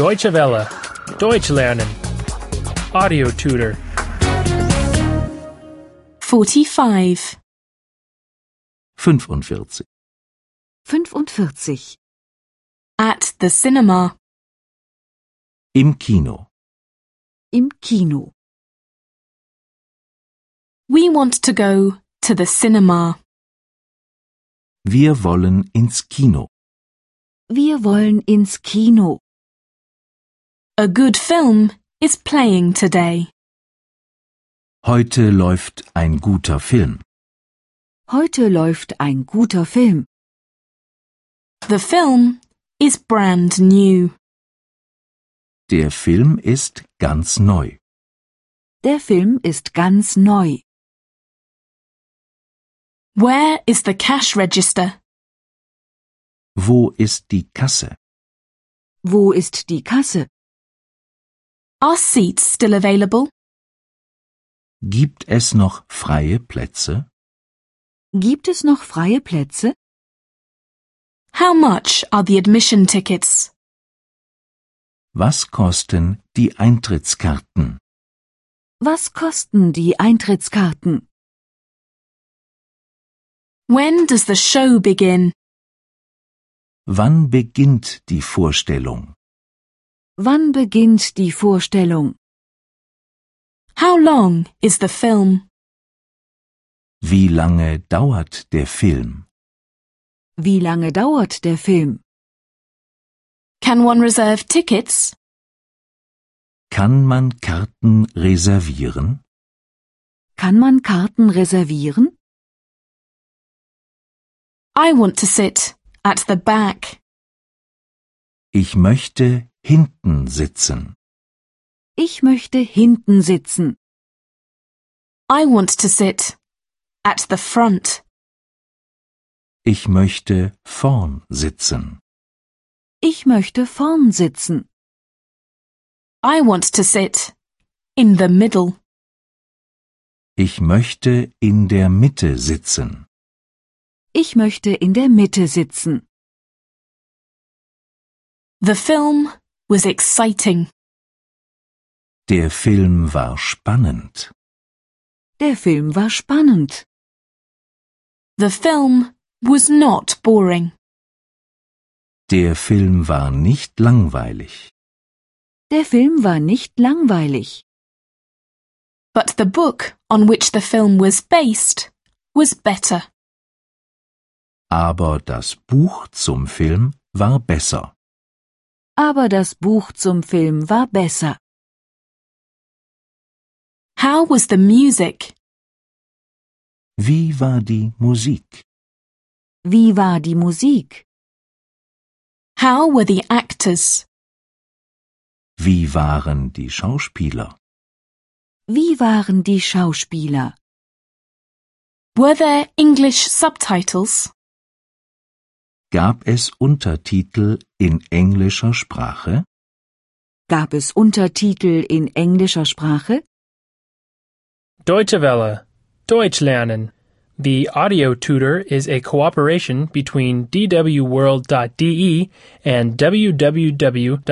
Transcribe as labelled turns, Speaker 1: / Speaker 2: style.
Speaker 1: Deutsche Welle. Deutsch lernen. Audio tutor.
Speaker 2: 45.
Speaker 3: 45.
Speaker 4: 45.
Speaker 2: At the cinema.
Speaker 3: Im Kino.
Speaker 4: Im Kino.
Speaker 2: We want to go to the cinema.
Speaker 3: Wir wollen ins Kino.
Speaker 4: Wir wollen ins Kino.
Speaker 2: A good film is playing today.
Speaker 3: Heute läuft ein guter Film.
Speaker 4: Heute läuft ein guter Film.
Speaker 2: The film is brand new.
Speaker 3: Der Film ist ganz neu.
Speaker 4: Der Film ist ganz neu.
Speaker 2: Where is the cash register?
Speaker 3: Wo ist die Kasse?
Speaker 4: Wo ist die Kasse?
Speaker 2: Are seats still available?
Speaker 3: Gibt es noch freie Plätze?
Speaker 4: Gibt es noch freie Plätze?
Speaker 2: How much are the admission tickets?
Speaker 3: Was kosten die Eintrittskarten?
Speaker 4: Was kosten die Eintrittskarten?
Speaker 2: When does the show begin?
Speaker 3: Wann beginnt die Vorstellung?
Speaker 4: Wann beginnt die Vorstellung?
Speaker 2: How long is the film?
Speaker 3: Wie lange dauert der Film?
Speaker 4: Wie lange dauert der Film?
Speaker 2: Can one reserve tickets?
Speaker 3: Kann man Karten reservieren?
Speaker 4: Kann man Karten reservieren?
Speaker 2: I want to sit at the back.
Speaker 3: Ich möchte hinten sitzen.
Speaker 4: Ich möchte hinten sitzen.
Speaker 2: I want to sit at the front.
Speaker 3: Ich möchte vorn sitzen.
Speaker 4: Ich möchte vorn sitzen.
Speaker 2: I want to sit in the middle.
Speaker 3: Ich möchte in der Mitte sitzen.
Speaker 4: Ich möchte in der Mitte sitzen.
Speaker 2: The film was exciting.
Speaker 3: Der Film war spannend.
Speaker 4: Der Film war spannend.
Speaker 2: The film was not boring.
Speaker 3: Der Film war nicht langweilig.
Speaker 4: Der Film war nicht langweilig.
Speaker 2: But the book on which the film was based was better.
Speaker 3: Aber das Buch zum Film war besser.
Speaker 4: Aber das Buch zum Film war besser.
Speaker 2: How was the music?
Speaker 3: Wie war die Musik?
Speaker 4: Wie war die Musik?
Speaker 2: How were the actors?
Speaker 3: Wie waren die Schauspieler?
Speaker 4: Wie waren die Schauspieler?
Speaker 2: Were there English subtitles?
Speaker 3: Gab es Untertitel in englischer Sprache?
Speaker 4: Gab es Untertitel in englischer Sprache?
Speaker 1: Deutsche Welle. Deutsch lernen. The audio tutor is a cooperation between E dwworld.de and www.book2.de.